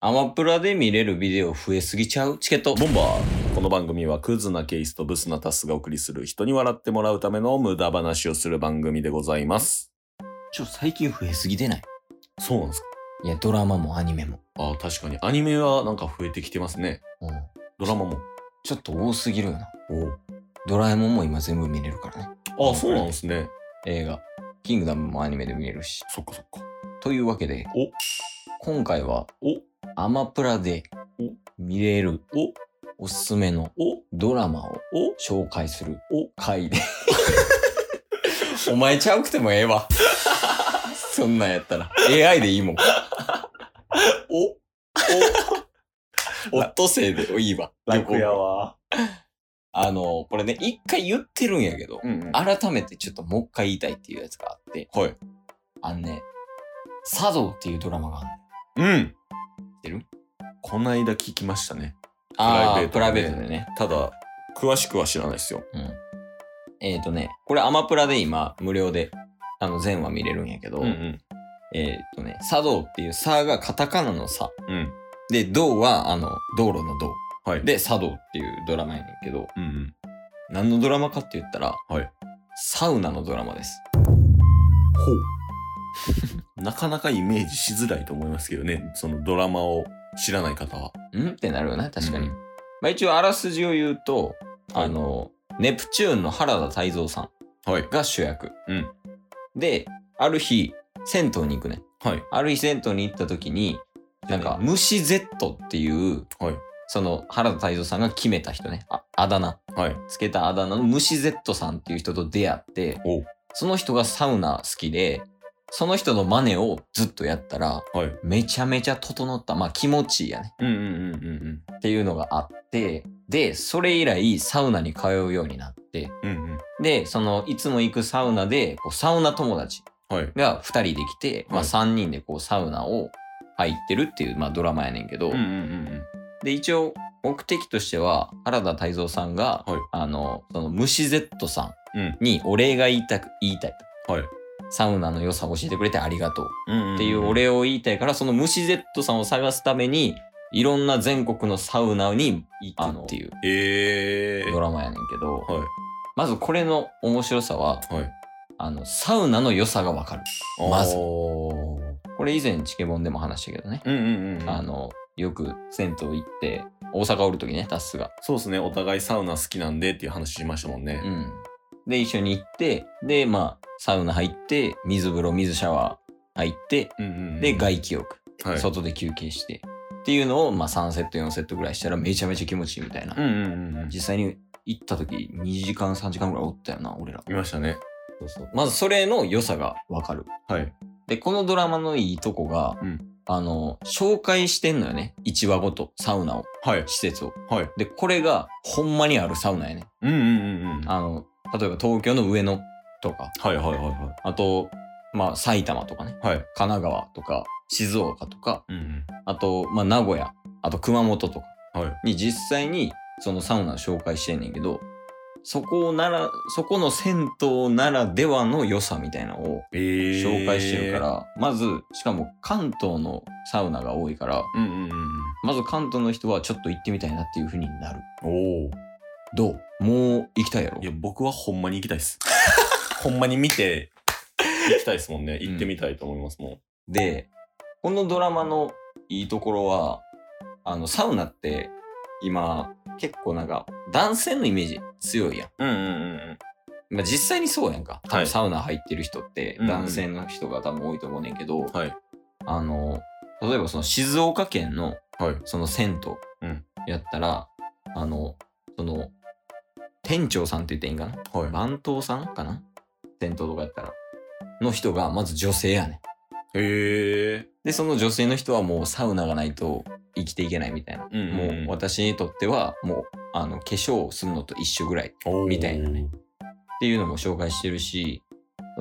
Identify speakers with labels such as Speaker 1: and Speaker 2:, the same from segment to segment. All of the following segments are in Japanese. Speaker 1: アマプラで見れるビデオ増えすぎちゃうチケットボンバー
Speaker 2: この番組はクズなケースとブスなタスがお送りする人に笑ってもらうための無駄話をする番組でございます。
Speaker 1: ちょ、最近増えすぎてない
Speaker 2: そうなんですか
Speaker 1: いや、ドラマもアニメも。
Speaker 2: ああ、確かにアニメはなんか増えてきてますね。ドラマも。
Speaker 1: ちょっと多すぎるよな。
Speaker 2: お
Speaker 1: ドラえもんも今全部見れるからね。
Speaker 2: ああ、そうなんですね。
Speaker 1: 映画。キングダムもアニメで見れるし。
Speaker 2: そっかそっか。
Speaker 1: というわけで、
Speaker 2: お
Speaker 1: 今回は
Speaker 2: お
Speaker 1: アマプラで
Speaker 2: お
Speaker 1: 見れる
Speaker 2: お
Speaker 1: おすすめの
Speaker 2: お
Speaker 1: ドラマを
Speaker 2: お
Speaker 1: 紹介する
Speaker 2: お
Speaker 1: 回で。お前ちゃうくてもええ わ。そんなんやったら。AI でいいもん。
Speaker 2: お
Speaker 1: オットセイでいいわ。
Speaker 2: わ。
Speaker 1: あの、これね、一回言ってるんやけど、
Speaker 2: うん、うん。
Speaker 1: 改めてちょっともう一回言いたいっていうやつがあって、
Speaker 2: はい。
Speaker 1: あのね、茶道っていうドラマがある
Speaker 2: うん。
Speaker 1: てる
Speaker 2: こないだ聞きましたね。
Speaker 1: あー
Speaker 2: プ
Speaker 1: プ
Speaker 2: ラ
Speaker 1: ラ
Speaker 2: イ
Speaker 1: イベ
Speaker 2: ベー
Speaker 1: ー
Speaker 2: ト
Speaker 1: ト
Speaker 2: で
Speaker 1: でね。
Speaker 2: ただ、詳しくは知らないですよ。
Speaker 1: うん。えっ、ー、とね、これアマプラで今無料で、あの、全話見れるんやけど、
Speaker 2: ん。
Speaker 1: えっ、とね、茶道っていう茶がカタカナの茶。
Speaker 2: うん。
Speaker 1: で、道は、あの、道路の道。
Speaker 2: はい。、
Speaker 1: で、茶道っていうドラマやねんけど、
Speaker 2: うんうん。
Speaker 1: 何のドラマかって言ったら、
Speaker 2: はい
Speaker 1: サウナのドラマです。
Speaker 2: ほう。なかなかイメージしづらいと思いますけどね、そのドラマを知らない方は。
Speaker 1: んってなるよね、確かに。
Speaker 2: うん
Speaker 1: まあ一応、あらすじを言うと、
Speaker 2: はい
Speaker 1: あの、ネプチューンの原田泰造さ
Speaker 2: はい
Speaker 1: ん。が主役。
Speaker 2: うん
Speaker 1: で、ある日、銭湯に行くね。
Speaker 2: はい。
Speaker 1: ある日、銭湯に行った時に、なんか、虫 Z っていう、
Speaker 2: はい。
Speaker 1: その原田泰造さんが決めた人ね。ああだ名。
Speaker 2: はい。
Speaker 1: つけたあだ名の虫 Z さんっていう人と出会って、
Speaker 2: おう
Speaker 1: その人がサウナ好きで、その人の真似をずっとやったら、
Speaker 2: はい。
Speaker 1: めちゃめちゃ整った、まあ気持ちいいやね。
Speaker 2: うんうんうんうん
Speaker 1: っていうのがあって、で、それ以来サウナに通うようになって、
Speaker 2: うん。うんうん。
Speaker 1: で、そのいつも行くサウナで、こうサウナ友達
Speaker 2: はい。
Speaker 1: が2人できて、ま
Speaker 2: は
Speaker 1: あ
Speaker 2: い
Speaker 1: 3人でこうサウナを入ってるっていう、まあドラマやねんけど、
Speaker 2: うんうん
Speaker 1: で、一応目的としては原田泰造さんが、
Speaker 2: はい
Speaker 1: あの、その虫 Z さ
Speaker 2: うんうん。
Speaker 1: んにお礼が言いたく、言いたい。
Speaker 2: はい。
Speaker 1: サウナの良さを教えてくれてありがとう。
Speaker 2: うん
Speaker 1: っていうお。礼を言いたいから、その虫 Z さんを探すために、いろんな全国のサウナに行くっていう
Speaker 2: ええー。
Speaker 1: ドラマやねんけど、
Speaker 2: は
Speaker 1: まずこれの面白さは、
Speaker 2: い。はい。
Speaker 1: あの、サウナの良さがわかる。まず
Speaker 2: おー
Speaker 1: これ以前チケボンでも話したけどね。
Speaker 2: うんうんうん。
Speaker 1: あの、よく銭湯行って、大阪おるときね、タッスが。
Speaker 2: そうですね。お互いサウナ好きなんでっていう話しましたもんね。
Speaker 1: うん。で、一緒に行って、で、まあ、サウナ入って、水風呂、水シャワー入って、
Speaker 2: うんうんうん。
Speaker 1: で、外気浴、
Speaker 2: はい。
Speaker 1: 外で休憩して、っていうのを、まあ、3セット、4セットぐらいしたらめちゃめちゃ気持ちいいみたいな。
Speaker 2: うんうんうんうん。
Speaker 1: 実際に行った時2時間3時間ぐらいおったよな俺ら
Speaker 2: 見ましたね。
Speaker 1: まずそれの良さがわかる
Speaker 2: はい。
Speaker 1: でこのドラマのいいとこが、
Speaker 2: うん
Speaker 1: あの紹介してんのよね1話ごとサウナを
Speaker 2: はい。
Speaker 1: 施設を
Speaker 2: はい。
Speaker 1: でこれがほんまにあるサウナやね
Speaker 2: うんうんうんうん。はい
Speaker 1: あの例えば東京の上野とか
Speaker 2: はいはいは
Speaker 1: あとまあ埼玉とかね
Speaker 2: い。はい。
Speaker 1: 神奈川とか静岡とか
Speaker 2: うんうん。
Speaker 1: あとまあ名古屋あと熊本とか
Speaker 2: はい。
Speaker 1: に実際にそのサウナを紹介してんねんけどそこをならそこの銭湯ならではの良さみたいなのを
Speaker 2: えー
Speaker 1: 紹介してるか。ら、まずしかも関東のサウナが多いから
Speaker 2: うんうんうんうん。
Speaker 1: まず関東の人はちょっと行ってみたいなっていう風になる
Speaker 2: おお。
Speaker 1: どうもう行きたいやろ
Speaker 2: いや、僕はほんまに行きたいっ す。ほんまに見て、行きたいっすもんね。行ってみたいと思いますもん。
Speaker 1: でこのドラマのいいところはあのサウナって今結構なんか男性のイメージ強いやん
Speaker 2: うんうんうん
Speaker 1: まあ、実際にそうやんか、多
Speaker 2: はい
Speaker 1: 分サウナ入ってる人って
Speaker 2: うんうん
Speaker 1: 男性の人が多分多いと思うねんけど、
Speaker 2: うん。はい。
Speaker 1: あの例えばその静岡県の
Speaker 2: はい。
Speaker 1: その銭
Speaker 2: うん
Speaker 1: 湯やったら、あのその店長さんって言っていいんかな
Speaker 2: は
Speaker 1: 番頭さんかな銭湯とかやったらの人がまず女性やねん
Speaker 2: い。へえ。
Speaker 1: でその女性の人はもうサウナがないと生きていけないみたいな、
Speaker 2: うんうんうん
Speaker 1: もう私にとってはもうあの化粧をするのと一緒ぐらい
Speaker 2: おー
Speaker 1: みたいなね。っていうのも紹介してるし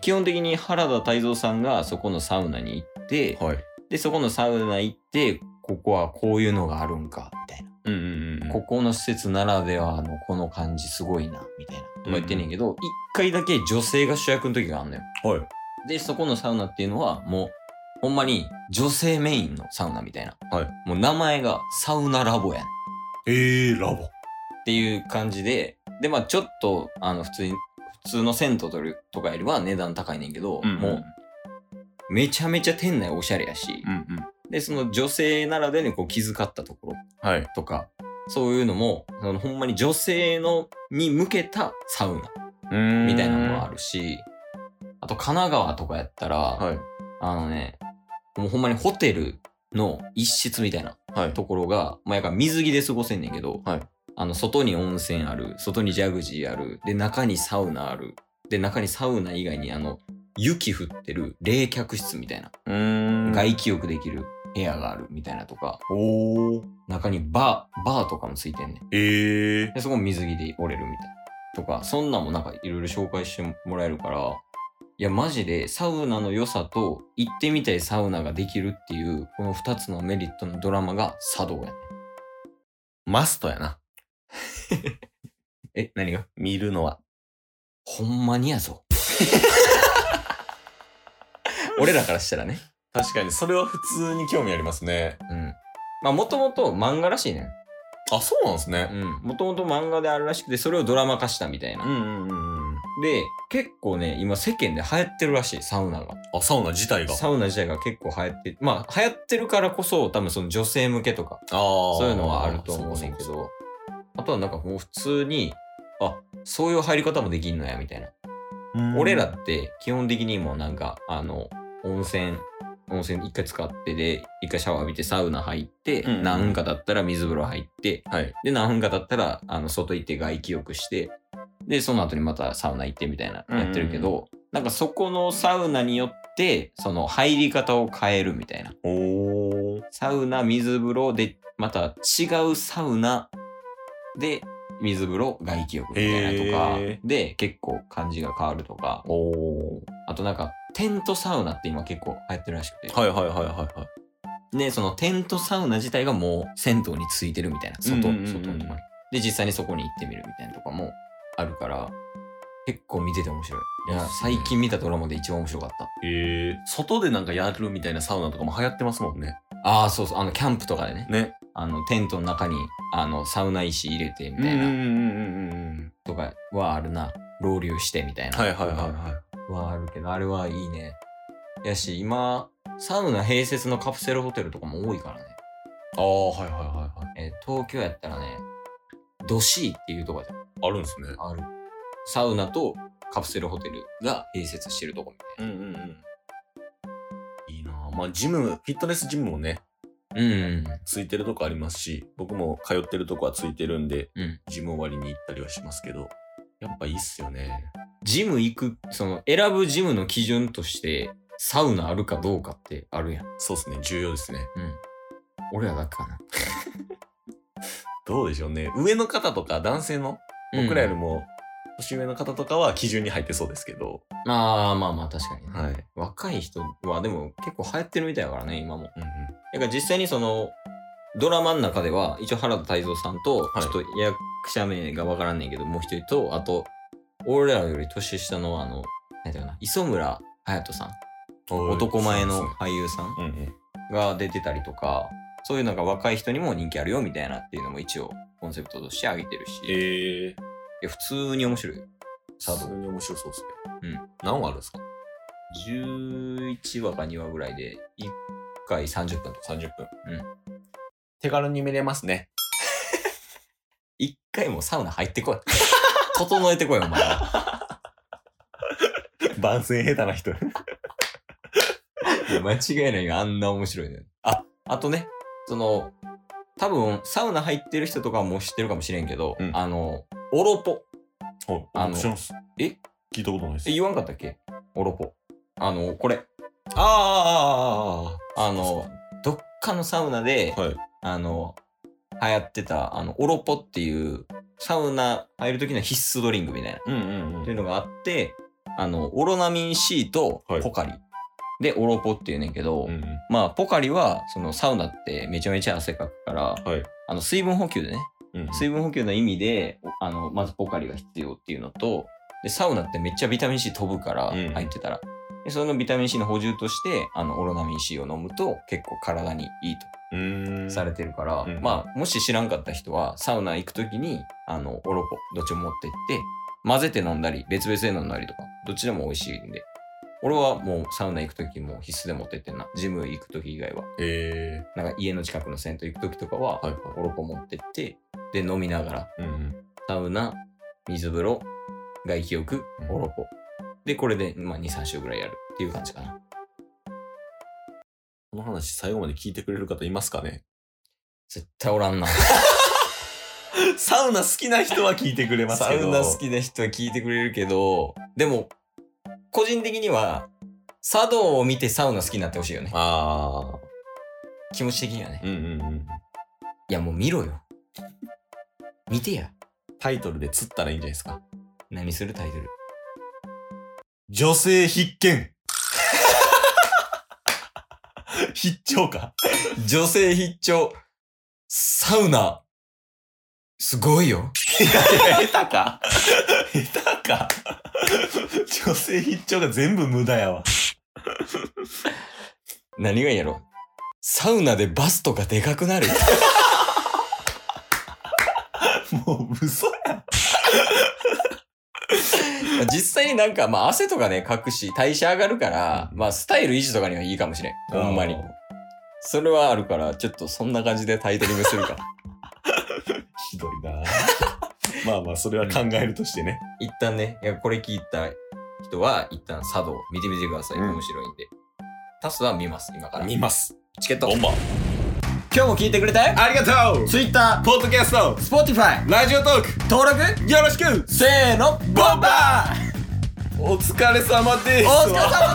Speaker 1: 基本的に原田泰造さんがそこのサウナに行って
Speaker 2: はい。
Speaker 1: でそこのサウナ行ってここはこういうのがあるんかみたいな、
Speaker 2: うんうんうん。
Speaker 1: ここの施設ならではのこの感じすごいなみたいなとか言ってんねんけど一、回だけ女性が主役の時があんのよ
Speaker 2: はい。
Speaker 1: でそこのサウナっていうのはもうほんまに女性メインのサウナみたいな。
Speaker 2: はい
Speaker 1: もう名前がサウナラボやねん。
Speaker 2: えー、ラボ。
Speaker 1: っていう感じで、で、まあちょっと、あの、普通に、普通の銭湯とるとかよりは値段高いねんけど、もう、めちゃめちゃ店内おしゃれやし、
Speaker 2: うんうん。
Speaker 1: で、その女性ならではにこう気遣ったところ
Speaker 2: はい。
Speaker 1: とか、そういうのも、そのほんまに女性のに向けたサウナみたいなのもあ
Speaker 2: る。
Speaker 1: るし、あと神奈川とかやったら、
Speaker 2: はい。
Speaker 1: あのね、もうほんまにホテルの一室みたいな
Speaker 2: はい。
Speaker 1: ところが、まあ、やっぱ水着で過ごせんねんけど、
Speaker 2: はい
Speaker 1: あの外に温泉ある外にジャグジーあるで中にサウナあるで中にサウナ以外にあの雪降ってる冷却室みたいな、
Speaker 2: うーん。
Speaker 1: 外気浴できる部屋があるみたいなとか
Speaker 2: おー。
Speaker 1: 中にバーバーとかもついてんねん
Speaker 2: えー。
Speaker 1: でそこも水着で折れるみたいなとかそんなんもなんかいろいろ紹介してもらえるからいやマジでサウナの良さと行ってみたいサウナができるっていうこの2つのメリットのドラマが茶道やねん
Speaker 2: マストやな。
Speaker 1: え何が
Speaker 2: 見るのは。
Speaker 1: ほんまにやぞ。 俺らからしたらね。
Speaker 2: 確かに、それは普通に興味ありますね。
Speaker 1: うん。まあ、もともと漫画らしいねん。
Speaker 2: あ、そうなんですね。
Speaker 1: もともと漫画であるらしくて、それをドラマ化したみたいな。
Speaker 2: んうんうん。
Speaker 1: で、結構ね、今世間で流行ってるらしい、サウナが。
Speaker 2: あ、サウナ自体が。
Speaker 1: サウナ自体が結構流行って、まあ、流行ってるからこそ、多分その女性向けとか、
Speaker 2: ああ。
Speaker 1: そういうのはあると思うねんけ
Speaker 2: そうそう
Speaker 1: ど、あとはなんかもう普通に、あ、そういう入り方もできんのや、みたいな。
Speaker 2: そう。うん
Speaker 1: 俺らって基本的にもうなんかあの温泉温泉一回使ってで一回シャワー浴びてサウナ入って、
Speaker 2: うんうん
Speaker 1: 何分か経ったら水風呂入って
Speaker 2: はい。
Speaker 1: で何分か経ったらあの外行って外気浴してでその後にまたサウナ行ってみたいな
Speaker 2: うんうん
Speaker 1: やってるけど、なんかそこのサウナによってその入り方を変えるみたいな
Speaker 2: おー。
Speaker 1: サウナ水風呂でまた違うサウナで水風呂外気浴みたいなとか、
Speaker 2: へ
Speaker 1: で結構感じが変わるとか
Speaker 2: おー。
Speaker 1: あとなんか、テントサウナって今結構流行ってるらしくて。
Speaker 2: はいはいはいはいはい。
Speaker 1: で、そのテントサウナ自体がもう銭湯についてるみたいな。外、
Speaker 2: うんうんうんうん
Speaker 1: 外のとこに。で、実際にそこに行ってみるみたいなとかもあるから、結構見てて面白い。いや、最近見たドラマで一番面白かった。
Speaker 2: えー、外でなんかやるみたいなサウナとかも流行ってますもんね。
Speaker 1: ああ、そうそう、あの、キャンプとかでね、
Speaker 2: ね。
Speaker 1: あの、テントの中に、あの、サウナ石入れてみたいな
Speaker 2: うんうん。
Speaker 1: とかはあるな。ロウリュしてみたいな。
Speaker 2: はいはいはいは
Speaker 1: はあるけど、あれはいいね。やし、今、サウナ併設のカプセルホテルとかも多いからね。
Speaker 2: い。ああ、はいはいはいは
Speaker 1: えー東京やったらね、ドシーっていうとこで
Speaker 2: い。あるんですね。
Speaker 1: ある。サウナとカプセルホテルが併設してるとこみ
Speaker 2: うんうんうん。いいなぁまあ、ジム、フィットネスジムもね、
Speaker 1: たいな。うん。
Speaker 2: ついてるとこありますし、僕も通ってるとこはついてるんで、
Speaker 1: うん
Speaker 2: ジム終わりに行ったりはしますけど、やっぱいいっすよね。
Speaker 1: ジム行く、その、選ぶジムの基準として、サウナあるかどうかってあるやん。
Speaker 2: そうっすね、重要ですね。
Speaker 1: 俺らだけかな。
Speaker 2: どうでしょうね。上の方とか男性の、僕らよりも年上の方とかは基準に入ってそうですけど、
Speaker 1: うん。ああ、まあまあ確かにね。
Speaker 2: はい。うん
Speaker 1: 若い人はでも結構流行ってるみたいだからね、今も。だから実際にその、ドラマの中では、一応原田泰造さんと、
Speaker 2: はい
Speaker 1: ちょっと役者名がわからんねんけど、もう一人と、あと、俺らより年下のあの、なんていうかな、磯村隼人さん、
Speaker 2: うん。
Speaker 1: 男前
Speaker 2: そ
Speaker 1: の
Speaker 2: う
Speaker 1: 俳優さん
Speaker 2: ですね。うんうん。
Speaker 1: が出てたりとか、そういうのが若い人にも人気あるよみたいなっていうのも一応コンセプトとして挙げてるし、い
Speaker 2: ええ
Speaker 1: や普通に面白いよ。多分
Speaker 2: ー、普通に面白そうですね。
Speaker 1: うん。
Speaker 2: 何話あるんですか
Speaker 1: 11話か2話ぐらいで、1回30分とか。
Speaker 2: ?30 分。
Speaker 1: うん
Speaker 2: 手軽に見れますね。
Speaker 1: 1回もうサウナ入ってこい。 整えてこい、お前は。
Speaker 2: 番宣下手な人。
Speaker 1: いや間違いないよ。あんな面白いね。あ、あとね、その、多分、サウナ入ってる人とかはもう知ってるかもしれんけど、
Speaker 2: うん
Speaker 1: あの、オロポ。
Speaker 2: はい、
Speaker 1: あの
Speaker 2: 僕知らんっす。
Speaker 1: え
Speaker 2: 聞いたことないで
Speaker 1: え、
Speaker 2: す。
Speaker 1: 言わんかったっけオロポ。あの、これ。
Speaker 2: あ
Speaker 1: あの、どっかのサウナで、
Speaker 2: はい。
Speaker 1: あの、流行ってた、あの、オロポっていう、サウナ入る時の必須ドリンクみたいな、っ
Speaker 2: うんうん
Speaker 1: ていうのがあって、あの、オロナミン C と
Speaker 2: はい
Speaker 1: ポカリ。で、オロポっていうねんけど、
Speaker 2: うん
Speaker 1: まあ、ポカリは、その、サウナってめちゃめちゃ汗かくから、
Speaker 2: はい。
Speaker 1: あの水分補給でね、
Speaker 2: うん
Speaker 1: 水分補給の意味で、おあのまずポカリが必要っていうのとで、サウナってめっちゃビタミン C 飛ぶから、
Speaker 2: うん
Speaker 1: 入ってたら。でそのビタミン C の補充としてあのオロナミン C を飲むと結構体にいいと
Speaker 2: うーん。
Speaker 1: されてるから、
Speaker 2: うん
Speaker 1: まあもし知らんかった人はサウナ行く時にあのオロポどっちも持ってって混ぜて飲んだり別々で飲んだりとかどっちでも美味しいんで俺はもうサウナ行く時も必須で持ってってんなジム行く時以外は
Speaker 2: え
Speaker 1: なんか家の近くの銭湯行く時とかは
Speaker 2: ー。はい
Speaker 1: オ
Speaker 2: は
Speaker 1: ロポ持ってってで飲みながら
Speaker 2: い。うんうん。
Speaker 1: サウナ水風呂外気浴オロポでこれで、まあ、23週ぐらいやるっていう感じかな
Speaker 2: この話最後まで聞いてくれる方いますかね
Speaker 1: 絶対おら んな
Speaker 2: サウナ好きな人は聞いてくれます
Speaker 1: サ
Speaker 2: け
Speaker 1: ウ
Speaker 2: ど。
Speaker 1: ナ好きな人は聞いてくれるけど、でも、個人的には、茶道を見てサウナ好きになってほしいよね。
Speaker 2: ああ。
Speaker 1: 気持ち的にはね。
Speaker 2: うんうんうん。
Speaker 1: いや、もう見ろよ。見てや。
Speaker 2: タイトルで釣ったらいいんじゃないですか。
Speaker 1: 何するタイトル。
Speaker 2: 女性必見 必聴か。
Speaker 1: 女性必聴、サウナ、すごいよ。
Speaker 2: 下手か下手か女性必聴が全部無駄やわ。
Speaker 1: 何がいいやろ。サウナでバストがでかく なる。
Speaker 2: もう嘘や。
Speaker 1: まあ実際になんか、まあ汗とかね、かくし、代謝上がるから、
Speaker 2: うん
Speaker 1: まあスタイル維持とかにはいいかもしれん。ほんまに
Speaker 2: あー。
Speaker 1: それはあるから、ちょっとそんな感じでタイトリングするか。
Speaker 2: ひどいなまあまあ、それは考えるとしてね。
Speaker 1: 一旦ね、いやこれ聞いた人は、一旦茶道見てみてください。
Speaker 2: うん
Speaker 1: 面白いんで。タスは見ます、今から。
Speaker 2: 見ます。
Speaker 1: チケット。
Speaker 2: ボンバー。
Speaker 1: 今日も聞いてくれて
Speaker 2: ありがとう
Speaker 1: Twitter、
Speaker 2: ポッドキャスト
Speaker 1: Spotify、
Speaker 2: ラジオトーク
Speaker 1: 登録
Speaker 2: よろしく
Speaker 1: せーの、ボンバー
Speaker 2: お疲れ様です
Speaker 1: お疲れ様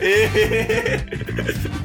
Speaker 1: です
Speaker 2: ええ